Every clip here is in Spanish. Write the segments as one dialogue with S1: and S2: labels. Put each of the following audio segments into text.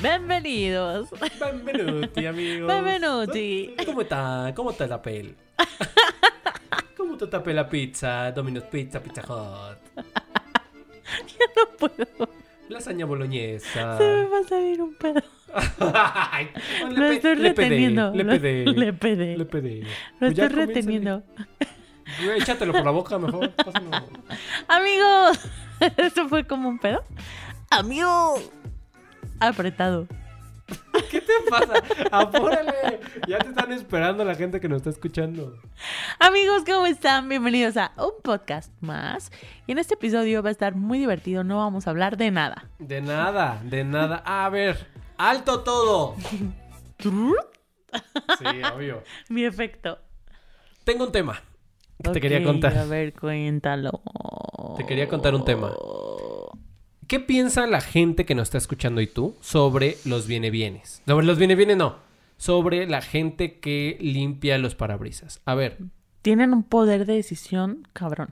S1: Bienvenidos.
S2: Benvenuti, amigos.
S1: Benvenuti.
S2: Come sta? Come sta la pelle? Come sta per la pizza? Domino's Pizza, Pizza Hut,
S1: Yo no puedo.
S2: lasagna bolognesa.
S1: Se me va a salir un pedo.
S2: Ay, Ah. le
S1: Lo
S2: pe-
S1: estoy
S2: le pedí,
S1: reteniendo.
S2: Le
S1: lo-
S2: pedí.
S1: Le pedí.
S2: Le pedí. Pues
S1: Lo
S2: Ya comienza
S1: estoy
S2: el-
S1: reteniendo.
S2: Güey, Échatelo por la boca mejor. pásalo.
S1: Amigos. Eso fue como un pedo. Amigo. Apretado.
S2: ¿Qué te pasa? Apúrale. Ya te están esperando la gente que nos está escuchando.
S1: Amigos, ¿cómo están? Bienvenidos a un podcast más. Y en este episodio va a estar muy divertido. No vamos a hablar de nada.
S2: De nada, de nada. A ver, alto todo. Sí, obvio.
S1: Mi efecto.
S2: Tengo un tema que te quería
S1: Ok,
S2: contar.
S1: A ver, cuéntalo.
S2: Te quería contar un tema. ¿Qué piensa la gente que nos está escuchando y tú sobre los viene bienes? Sobre los viene bienes no. Sobre la gente que limpia los parabrisas. A ver,
S1: Tienen un poder de decisión cabrón.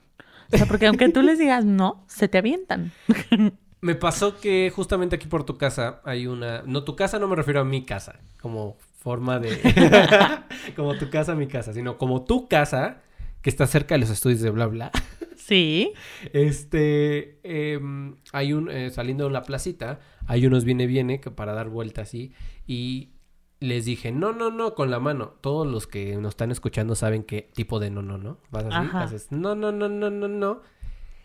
S1: O sea, porque aunque tú les digas no, se te avientan.
S2: me pasó que justamente aquí por tu casa hay una. No, tu casa no me refiero a mi casa. Como forma de. como tu casa, mi casa. Sino como tu casa, que está cerca de los estudios de bla bla.
S1: Sí.
S2: Este, em, hay un, eh, saliendo de la placita, hay unos viene viene que para dar vuelta así y les dije, no, no, no, con la mano. Todos los que nos están escuchando saben qué tipo de no, no, no. Vas así,
S1: Ajá.
S2: haces, no, no, no, no, no, no.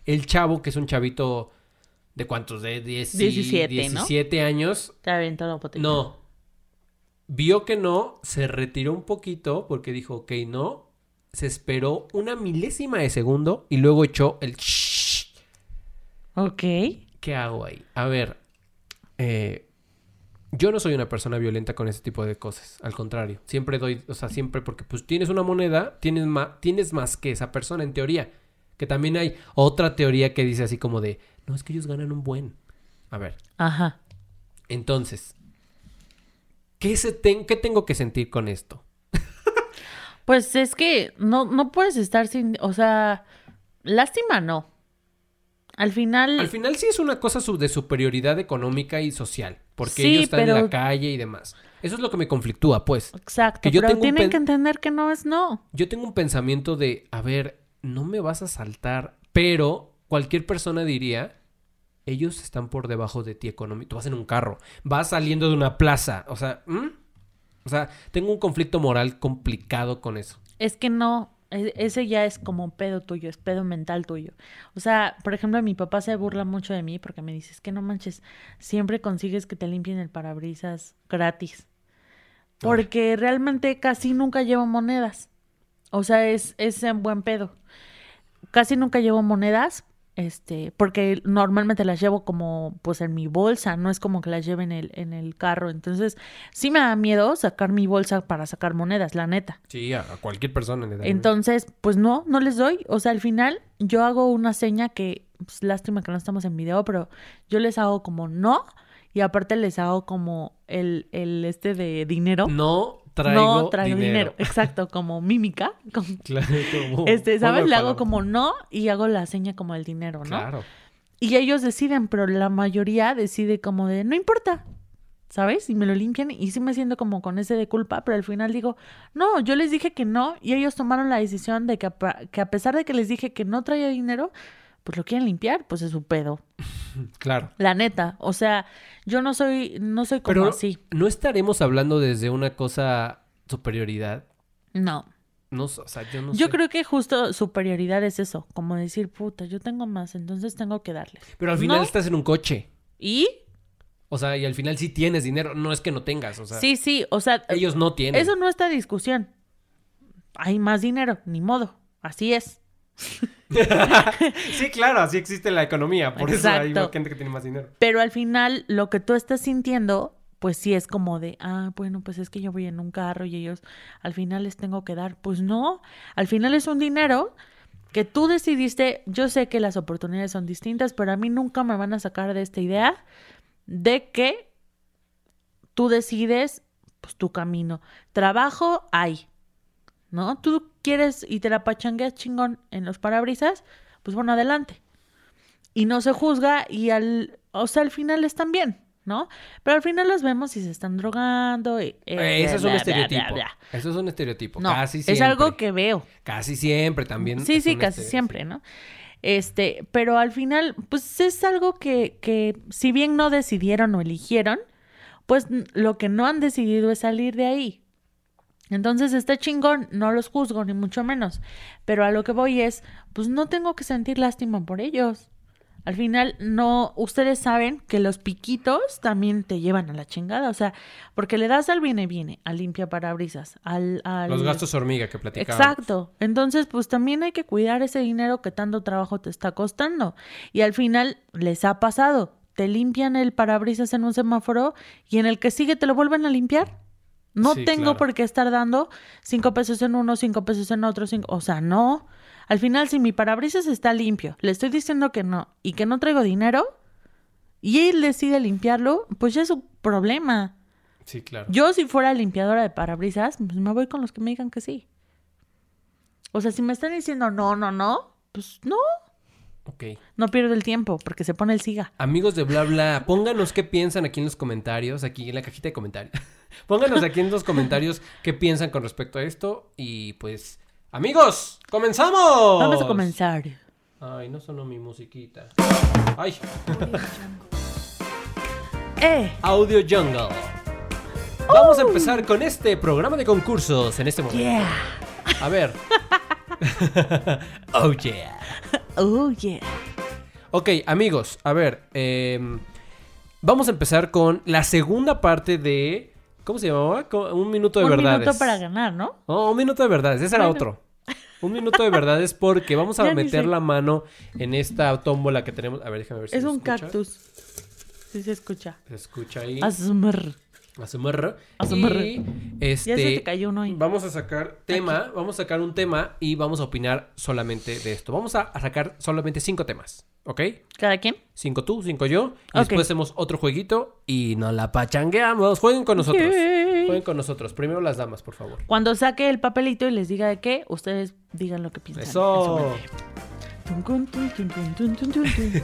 S2: El chavo, que es un chavito de cuántos, de 10, 17,
S1: 17, ¿no?
S2: años,
S1: Te avientan la botella.
S2: no. Vio que no, se retiró un poquito porque dijo, ok, no. Se esperó una milésima de segundo y luego echó el... shhh.
S1: Ok.
S2: ¿Qué hago ahí? A ver, eh, yo no soy una persona violenta con ese tipo de cosas. Al contrario, siempre doy, o sea, siempre porque pues tienes una moneda, tienes, ma- tienes más que esa persona en teoría. Que también hay otra teoría que dice así como de, no, es que ellos ganan un buen. A ver,
S1: Ajá.
S2: entonces, ¿qué, se ten- ¿qué tengo que sentir con esto?
S1: Pues es que no, no puedes estar sin. O sea, lástima no. Al final.
S2: Al final sí es una cosa su- de superioridad económica y social, porque
S1: Sí,
S2: ellos están en la
S1: pero-
S2: calle y demás. Eso es lo que me conflictúa, pues.
S1: Exacto.
S2: que yo
S1: Pero
S2: tengo un
S1: tienen
S2: pen-
S1: que entender que no es no.
S2: Yo tengo un pensamiento de, a ver, no me vas a saltar, pero cualquier persona diría, ellos están por debajo de ti económico. Tú vas en un carro, vas saliendo de una plaza, o sea, ¿mm? o sea, tengo un conflicto moral complicado con eso.
S1: Es que no. e- Ese ya es como un pedo tuyo, es pedo mental tuyo. O sea, por ejemplo, mi papá se burla mucho de mí porque me dice, es que no manches, siempre consigues que te limpien el parabrisas gratis. Porque realmente casi nunca llevo monedas. O sea, es, es en buen pedo. Casi nunca llevo monedas, este, porque normalmente las llevo como pues en mi bolsa, no es como que las lleve en el, en el carro. Entonces, sí me da miedo sacar mi bolsa para sacar monedas, la neta.
S2: Sí, a, a cualquier persona le da.
S1: Entonces, pues no, no les doy. O sea, al final yo hago una seña que, pues, lástima que no estamos en video, pero yo les hago como no y aparte les hago como el, el este de dinero.
S2: no traigo,
S1: no traigo dinero. Exacto, como mímica. como-
S2: Claro, como-
S1: este, ¿sabes?
S2: juego de
S1: Le hago
S2: palabras.
S1: como no y hago la seña como el dinero, ¿no?
S2: Claro.
S1: Y ellos deciden, pero la mayoría decide como de, no importa, ¿sabes? Y me lo limpian y sí me siento como con ese de culpa, pero al final digo, no, yo les dije que no y ellos tomaron la decisión de que a, pa- que a pesar de que les dije que no traía dinero, pues lo quieren limpiar, pues es su pedo.
S2: Claro.
S1: La neta, o sea, yo no soy, no soy como
S2: Pero
S1: así,
S2: no estaremos hablando desde una cosa superioridad.
S1: no.
S2: No, s- o sea, yo no
S1: yo
S2: sé.
S1: creo que justo superioridad es eso, como decir, puta, yo tengo más, entonces tengo que darles.
S2: Pero al final
S1: No.
S2: estás en un coche.
S1: Y
S2: O sea, y al final sí tienes dinero. No es que no tengas. O sea,
S1: sí, sí, o sea,
S2: ellos no tienen.
S1: Eso no está discusión. Hay más dinero, ni modo. Así es.
S2: Sí, claro, así existe la economía.
S1: por eso hay Exacto.
S2: gente que tiene más dinero.
S1: Pero al final, lo que tú estás sintiendo, pues sí es como de, ah, bueno, pues es que yo voy en un carro y ellos al final les tengo que dar. Pues no, al final es un dinero que tú decidiste. Yo sé que las oportunidades son distintas, pero a mí nunca me van a sacar de esta idea de que tú decides pues tu camino. Trabajo hay, ¿no? Tú quieres y te la pachangueas chingón en los parabrisas, pues bueno, adelante. Y no se juzga y al, o sea, al final están bien, ¿no? Pero al final los vemos y se están drogando. Y,
S2: Eh, ese es un
S1: bla, bla,
S2: estereotipo.
S1: bla, bla.
S2: Eso es un estereotipo.
S1: No,
S2: casi
S1: es
S2: siempre.
S1: algo que veo.
S2: Casi siempre también.
S1: Sí,
S2: es
S1: sí,
S2: un
S1: casi
S2: estere-
S1: siempre, ¿no? Este, pero al final, pues es algo que, que si bien no decidieron o eligieron, pues n- lo que no han decidido es salir de ahí. Entonces está chingón, no los juzgo, ni mucho menos. Pero a lo que voy es, pues no tengo que sentir lástima por ellos. Al final, no, ustedes saben que los piquitos también te llevan a la chingada. O sea, porque le das al viene, viene, al limpia parabrisas, al, al
S2: Los gastos hormiga que platicábamos.
S1: Exacto. Entonces, pues también hay que cuidar ese dinero que tanto trabajo te está costando. Y al final les ha pasado. Te limpian el parabrisas en un semáforo y en el que sigue te lo vuelven a limpiar. No
S2: Sí,
S1: tengo
S2: claro.
S1: por qué estar dando cinco pesos en uno, cinco pesos en otro, cinco. O sea, no. Al final, si mi parabrisas está limpio, le estoy diciendo que no y que no traigo dinero y él decide limpiarlo, pues ya es su problema.
S2: Sí, claro.
S1: Yo si fuera limpiadora de parabrisas, pues me voy con los que me digan que sí. O sea, si me están diciendo no, no, no, pues no,
S2: Ok.
S1: no pierdo el tiempo porque se pone el siga.
S2: Amigos de bla bla, pónganos qué piensan aquí en los comentarios, aquí en la cajita de comentarios. Pónganos aquí en los comentarios qué piensan con respecto a esto y pues amigos, comenzamos.
S1: Vamos a comenzar.
S2: Ay, no sonó mi musiquita. Ay,
S1: Eh,
S2: Audio Jungle. Vamos a empezar con este programa de concursos en este momento.
S1: yeah.
S2: A ver. oh yeah.
S1: Oh, yeah.
S2: Ok, amigos, a ver. em, vamos a empezar con la segunda parte de. ¿Cómo se llamaba? Co- Un minuto de
S1: Un
S2: verdades.
S1: minuto para ganar, ¿no?
S2: No, un minuto de verdades. Ese era
S1: Bueno.
S2: otro. Un minuto de verdades porque vamos a
S1: Ya ni
S2: meter
S1: sé.
S2: la mano en esta tómbola que tenemos. A ver, déjame ver si
S1: es
S2: se
S1: un
S2: escucha.
S1: cactus. Sí se escucha.
S2: Se escucha ahí.
S1: Asmr.
S2: Azumarra.
S1: Azumarra.
S2: Y este,
S1: Ya se te cayó uno ahí.
S2: Vamos a sacar tema, vamos a sacar un tema y vamos a opinar solamente de esto. Vamos a a sacar solamente cinco temas, ¿ok?
S1: ¿Cada quien?
S2: Cinco tú, cinco yo. Y
S1: Ok.
S2: después hacemos otro jueguito y nos la pachangueamos. Jueguen con nosotros.
S1: Yay.
S2: Jueguen con nosotros. Primero las damas, por favor.
S1: Cuando saque el papelito y les diga de qué, ustedes digan lo que piensan. en su
S2: Eso.
S1: mente. Tun, tun, tun, tun, tun, tun, tun, tun.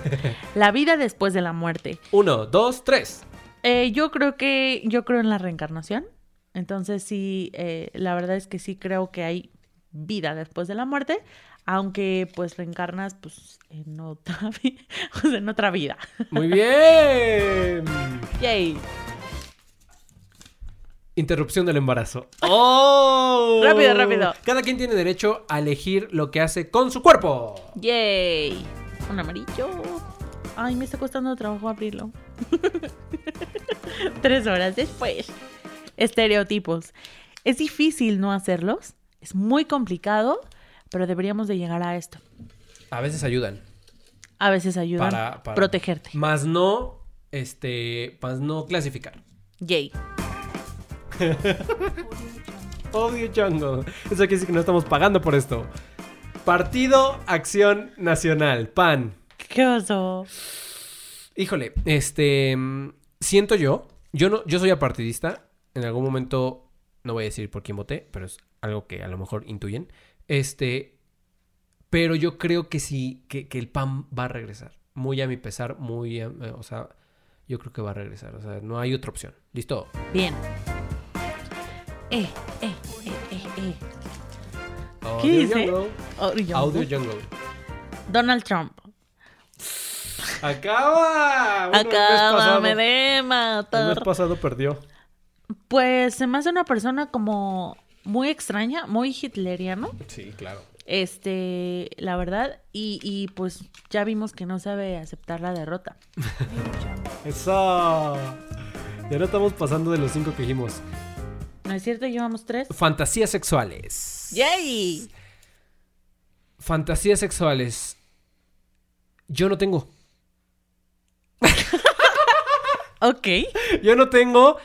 S1: La vida después de la muerte.
S2: Uno, dos, tres.
S1: Eh, yo creo que yo creo en la reencarnación. Entonces sí, eh, la verdad es que sí creo que hay vida después de la muerte, aunque pues reencarnas pues en otra, vi- o sea, en otra vida.
S2: Muy bien.
S1: Yay.
S2: Interrupción del embarazo. ¡Oh!
S1: Rápido, rápido.
S2: Cada quien tiene derecho a elegir lo que hace con su cuerpo.
S1: Yay. Un amarillo. Ay, me está costando trabajo abrirlo. Tres horas después. Estereotipos. Es difícil no hacerlos. Es muy complicado, pero deberíamos de llegar a esto.
S2: A veces ayudan.
S1: A veces ayudan
S2: Para- para-
S1: protegerte.
S2: Más no, este, más no clasificar.
S1: Yay.
S2: Obvio, Chango. Eso quiere decir que no estamos pagando por esto. Partido Acción Nacional, PAN.
S1: Qué oso.
S2: Híjole, este, mm, siento yo, yo no, yo soy apartidista. En algún momento, no voy a decir por quién voté, pero es algo que a lo mejor intuyen. Este, pero yo creo que sí, que, que el PAN va a regresar. Muy a mi pesar, muy, a- eh, o sea, yo creo que va a regresar. O sea, no hay otra opción. Listo.
S1: Bien. Eh, eh, eh, eh, eh. Oh,
S2: Audio
S1: ¿Qué dice?
S2: Jungle.
S1: Orillón.
S2: Audio Jungle.
S1: Donald Trump.
S2: Acaba. Bueno, el mes pasado-
S1: Acábame de
S2: El mes
S1: matar.
S2: pasado perdió.
S1: Pues se me hace una persona como muy extraña, muy hitleriano.
S2: Sí, claro.
S1: Este, la verdad. Y, y pues ya vimos que no sabe aceptar la derrota.
S2: Eso. Ya no estamos pasando de los cinco que dijimos.
S1: ¿No es cierto? Llevamos tres.
S2: Fantasías sexuales.
S1: ¡Yay!
S2: Fantasías sexuales. Yo no tengo.
S1: Ok.
S2: Yo no tengo.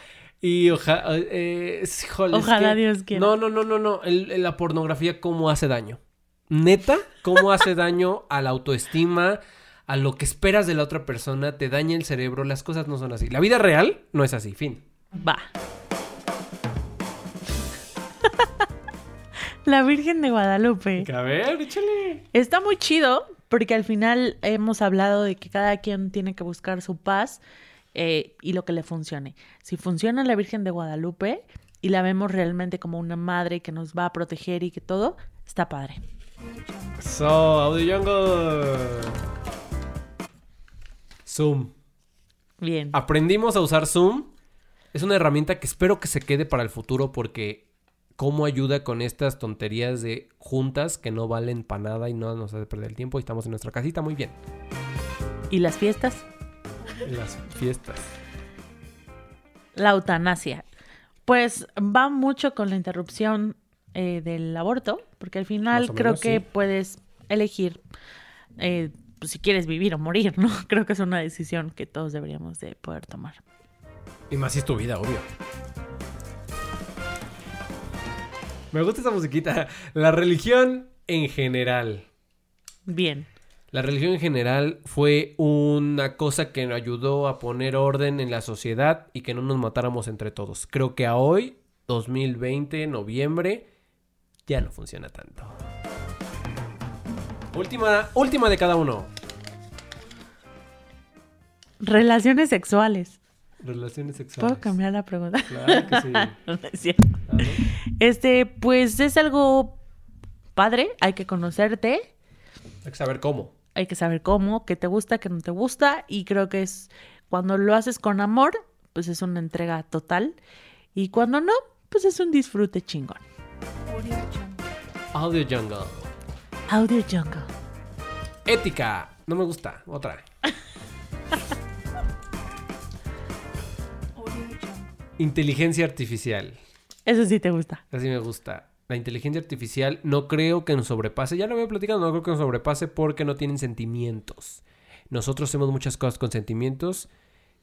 S2: Y ojalá. Eh, es- híjole, es
S1: Ojalá
S2: que-
S1: Dios quiera.
S2: No, no, no, no, no. El- el- la pornografía, ¿cómo hace daño? Neta, ¿cómo hace daño a la autoestima? A lo que esperas de la otra persona, te daña el cerebro, las cosas no son así. La vida real no es así, fin.
S1: Va. La Virgen de Guadalupe.
S2: A ver, échale.
S1: Está muy chido porque al final hemos hablado de que cada quien tiene que buscar su paz eh, y lo que le funcione. Si funciona la Virgen de Guadalupe y la vemos realmente como una madre que nos va a proteger y que todo, está padre.
S2: So, Audio Jungle. Zoom.
S1: Bien.
S2: Ah. Aprendimos a usar Zoom. Es una herramienta que espero que se quede para el futuro porque cómo ayuda con estas tonterías de juntas que no valen para nada y no nos hace perder el tiempo y estamos en nuestra casita muy bien.
S1: ¿Y las fiestas?
S2: Las fiestas.
S1: La eutanasia. Pues va mucho con la interrupción eh, del aborto, porque al final
S2: Más o
S1: creo
S2: menos,
S1: que
S2: sí.
S1: puedes elegir eh, pues, si quieres vivir o morir, ¿no? Creo que es una decisión que todos deberíamos de poder tomar.
S2: Y más si es tu vida, obvio. Me gusta esa musiquita. La religión en general.
S1: Bien.
S2: La religión en general fue una cosa que nos ayudó a poner orden en la sociedad y que no nos matáramos entre todos. Creo que a hoy, 2020, noviembre, ya no funciona tanto. Última, última de cada uno.
S1: Relaciones sexuales.
S2: Relaciones sexuales.
S1: ¿Puedo cambiar la pregunta?
S2: Claro que sí.
S1: No es cierto. Este, pues es algo padre, hay que conocerte,
S2: Hay que saber cómo.
S1: hay que saber cómo, qué te gusta, qué no te gusta, y creo que es cuando lo haces con amor, pues es una entrega total, y cuando no, pues es un disfrute chingón.
S2: Audio Jungle.
S1: Audio Jungle.
S2: Ética. No me gusta. Otra. Inteligencia artificial.
S1: Eso sí te gusta.
S2: Así me gusta. La inteligencia artificial no creo que nos sobrepase. Ya lo había platicado, no creo que nos sobrepase porque no tienen sentimientos. Nosotros hacemos muchas cosas con sentimientos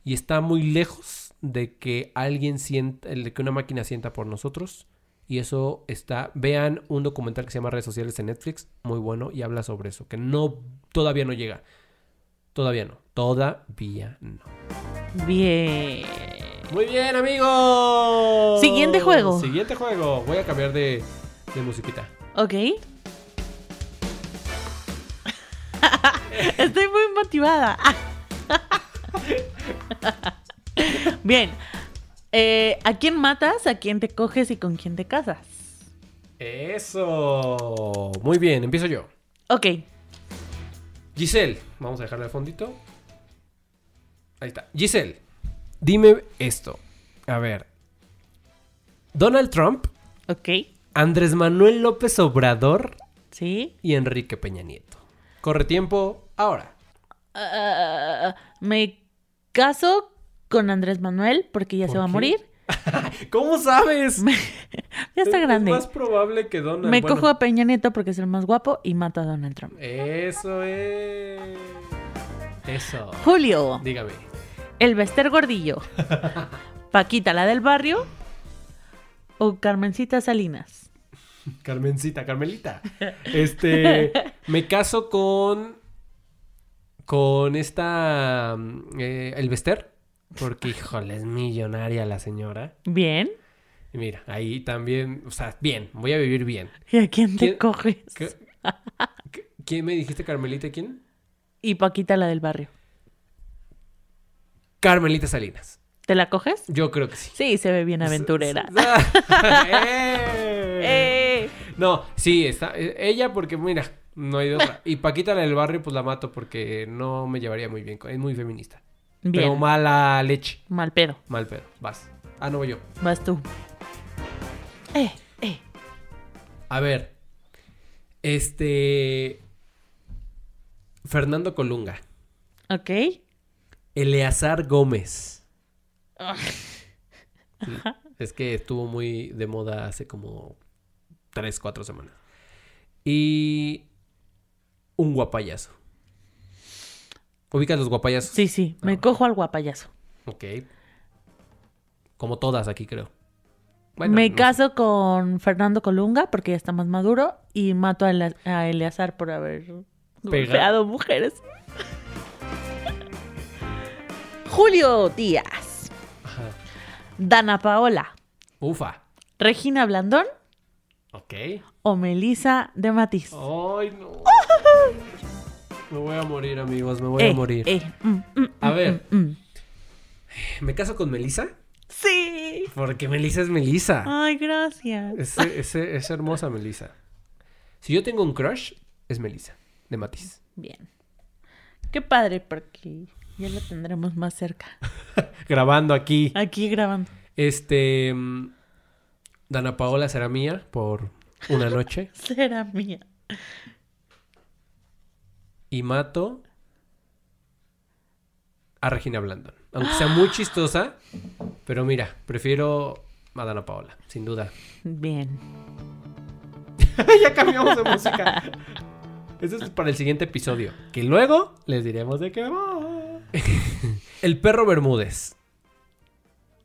S2: y está muy lejos de que alguien sienta, de que una máquina sienta por nosotros. Y eso está. Vean un documental que se llama Redes Sociales en Netflix, muy bueno, y habla sobre eso, que no, todavía no llega. Todavía no, todavía no.
S1: Bien.
S2: Muy bien, amigos.
S1: Siguiente juego.
S2: Siguiente juego. Voy a cambiar de, de musiquita.
S1: ¿Ok? Estoy muy motivada. Bien. Eh, ¿A quién matas? ¿A quién te coges y con quién te casas?
S2: Eso. Muy bien, empiezo yo.
S1: Ok.
S2: Giselle, vamos a dejarle al fondito. Ahí está. Giselle, dime esto. A ver. Donald Trump,
S1: Ok.
S2: Andrés Manuel López Obrador
S1: ¿Sí?
S2: y Enrique Peña Nieto. Corre tiempo ahora.
S1: Ah, me caso con Andrés Manuel porque ya se
S2: ¿Por
S1: va a
S2: qué?
S1: morir.
S2: ¿Cómo sabes?
S1: Ya está
S2: Es-
S1: grande.
S2: Es más probable que Donald.
S1: Me
S2: bueno,
S1: cojo a Peña Nieto porque es el más guapo y mato a Donald Trump.
S2: Eso es. Eso.
S1: Julio.
S2: Dígame.
S1: El Bester Gordillo. Paquita, la del barrio. O Carmencita Salinas.
S2: Carmencita, Carmelita. Este. me caso con. Con esta. mm, eh, el Bester. Porque, híjole, es millonaria la señora.
S1: Bien.
S2: Y mira, ahí también. O sea, bien, voy a vivir bien.
S1: ¿Y a quién te
S2: ¿Quién-
S1: coges?
S2: ¿Qué- qué- ¿Quién me dijiste, Carmelita? ¿Quién?
S1: Y Paquita, la del barrio.
S2: Carmelita Salinas.
S1: ¿Te la coges?
S2: Yo creo que sí.
S1: Sí, se ve bien aventurera.
S2: ¡Eh!
S1: ¡Eh!
S2: No, sí, está. eh, Ella, porque mira, no hay de otra. Y Paquita, la del barrio, pues la mato porque no me llevaría muy bien. con- Es muy feminista. Pero
S1: Bien.
S2: mala leche.
S1: Mal pedo.
S2: Mal pedo. Vas. Ah, no voy yo.
S1: Vas tú. ¡Eh! ¡Eh!
S2: A ver. Este. Fernando Colunga.
S1: Ok.
S2: Eleazar Gómez.
S1: Ah.
S2: Sí, Es que estuvo muy de moda hace como tres, cuatro semanas. Y un guapayazo. ¿Ubicas los guapayazos?
S1: Sí, sí. Me
S2: Ah.
S1: cojo al guapayazo.
S2: Ok. Como todas aquí, creo. Bueno,
S1: me
S2: no sé.
S1: caso con Fernando Colunga porque ya está más maduro y mato a, Ele- a Eleazar por haber
S2: Pega-
S1: golpeado mujeres. Julio Díaz,
S2: Ajá.
S1: Dana Paola,
S2: Ufa.
S1: Regina Blandón
S2: Ok.
S1: o Melisa de Matiz.
S2: Ay, no. Me voy a morir, amigos. Me voy
S1: Eh,
S2: a morir. Ah.
S1: eh, mm, mm,
S2: a ver.
S1: mm.
S2: Me caso con Melissa
S1: Sí.
S2: porque Melissa es Melissa.
S1: Ay, gracias.
S2: Es, es- es hermosa Melissa. Si yo tengo un crush, es Melissa, de Matiz.
S1: Bien. Qué padre, porque ya lo tendremos más cerca.
S2: Grabando aquí.
S1: Aquí grabando.
S2: Este. mm, Dana Paola será mía por una noche.
S1: Será mía.
S2: Y mato a Regina Blandon. Aunque sea muy chistosa, pero mira, prefiero a Dana Paola, sin duda.
S1: Bien.
S2: ya cambiamos de música. Eso es para el siguiente episodio. Que luego les diremos de qué va. el perro Bermúdez.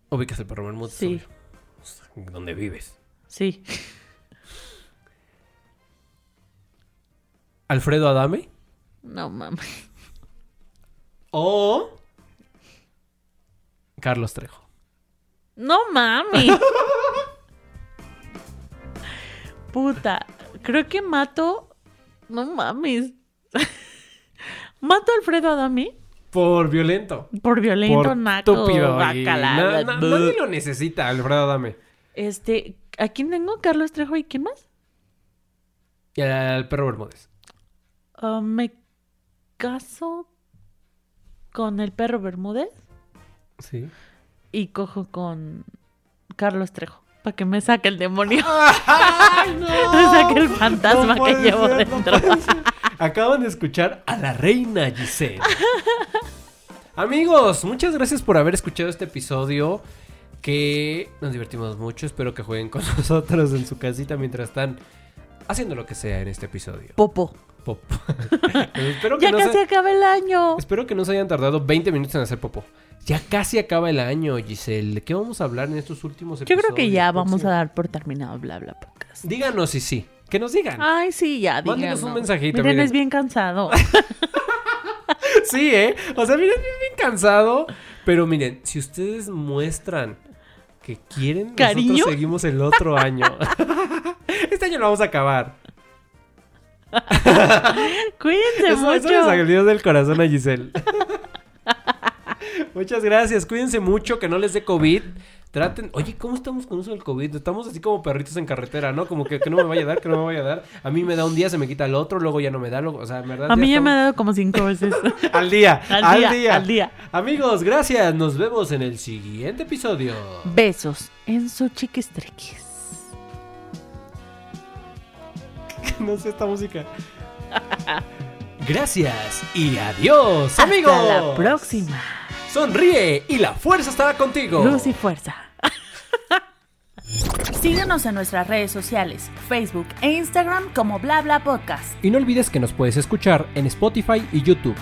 S2: Ubicas el perro Bermúdez.
S1: Sí.
S2: obvio. O sea, ¿Dónde vives?
S1: Sí.
S2: Alfredo Adame.
S1: No mames.
S2: O. Carlos Trejo.
S1: No mames. Puta. Creo que mato. No mames. mato a Alfredo Adame
S2: Por violento.
S1: por violento,
S2: por
S1: naco,
S2: estúpido y
S1: bacala.
S2: na- na- nadie lo necesita, Alfredo Adame.
S1: Este, ¿a quién tengo? Carlos Trejo y quién más?
S2: Y al perro Bermúdez.
S1: Ah, me caso con el perro Bermúdez
S2: Sí.
S1: y cojo con Carlos Trejo para que me saque el demonio.
S2: ¡Ay, no!
S1: Me saque el fantasma
S2: No
S1: que
S2: puede
S1: llevo
S2: ser, no
S1: dentro.
S2: puede ser. Acaban de escuchar a la reina Giselle. Amigos, muchas gracias por haber escuchado este episodio. Que nos divertimos mucho. Espero que jueguen con nosotros en su casita mientras están haciendo lo que sea en este episodio.
S1: Popo.
S2: Pop. espero, que
S1: Ya
S2: no Este
S1: casi
S2: se,
S1: acaba el año.
S2: espero que no se hayan tardado 20 minutos en hacer popo. Ya casi acaba el año, Giselle. ¿De qué vamos a hablar en estos últimos
S1: Yo
S2: episodios?
S1: creo que ya vamos a
S2: próximos?
S1: dar por terminado bla bla podcast.
S2: Díganos si sí. Que nos digan.
S1: Ay, sí, ya
S2: Mándenos
S1: díganos.
S2: un mensajito,
S1: Miren,
S2: miren.
S1: es bien cansado.
S2: Sí, ¿eh? O sea, miren, bien, bien cansado. Pero miren, si ustedes muestran que quieren,
S1: ¿Cariño?
S2: nosotros seguimos el otro año. este año lo vamos a acabar. Eso,
S1: Cuídense
S2: eso
S1: mucho.
S2: le salió del corazón a Giselle. Muchas gracias. Cuídense mucho, que no les dé COVID. Traten. Oye, ¿cómo estamos con eso del COVID? Estamos así como perritos en carretera, ¿no? Como que, que no me vaya a dar, que no me vaya a dar. A mí me da un día, se me quita el otro, luego ya no me da. Luego, o sea, en verdad.
S1: A mí ya me ha
S2: estamos-
S1: dado como cinco veces.
S2: Al día.
S1: al día, al día.
S2: Amigos, gracias. Nos vemos en el siguiente episodio.
S1: Besos en su chiquis triquis.
S2: No sé esta música. Gracias y adiós, amigos.
S1: Hasta la próxima.
S2: Sonríe y la fuerza estará contigo.
S1: Luz y fuerza.
S3: Síguenos en nuestras redes sociales, Facebook e Instagram como BlaBla Podcast.
S2: Y no olvides que nos puedes escuchar en Spotify y YouTube.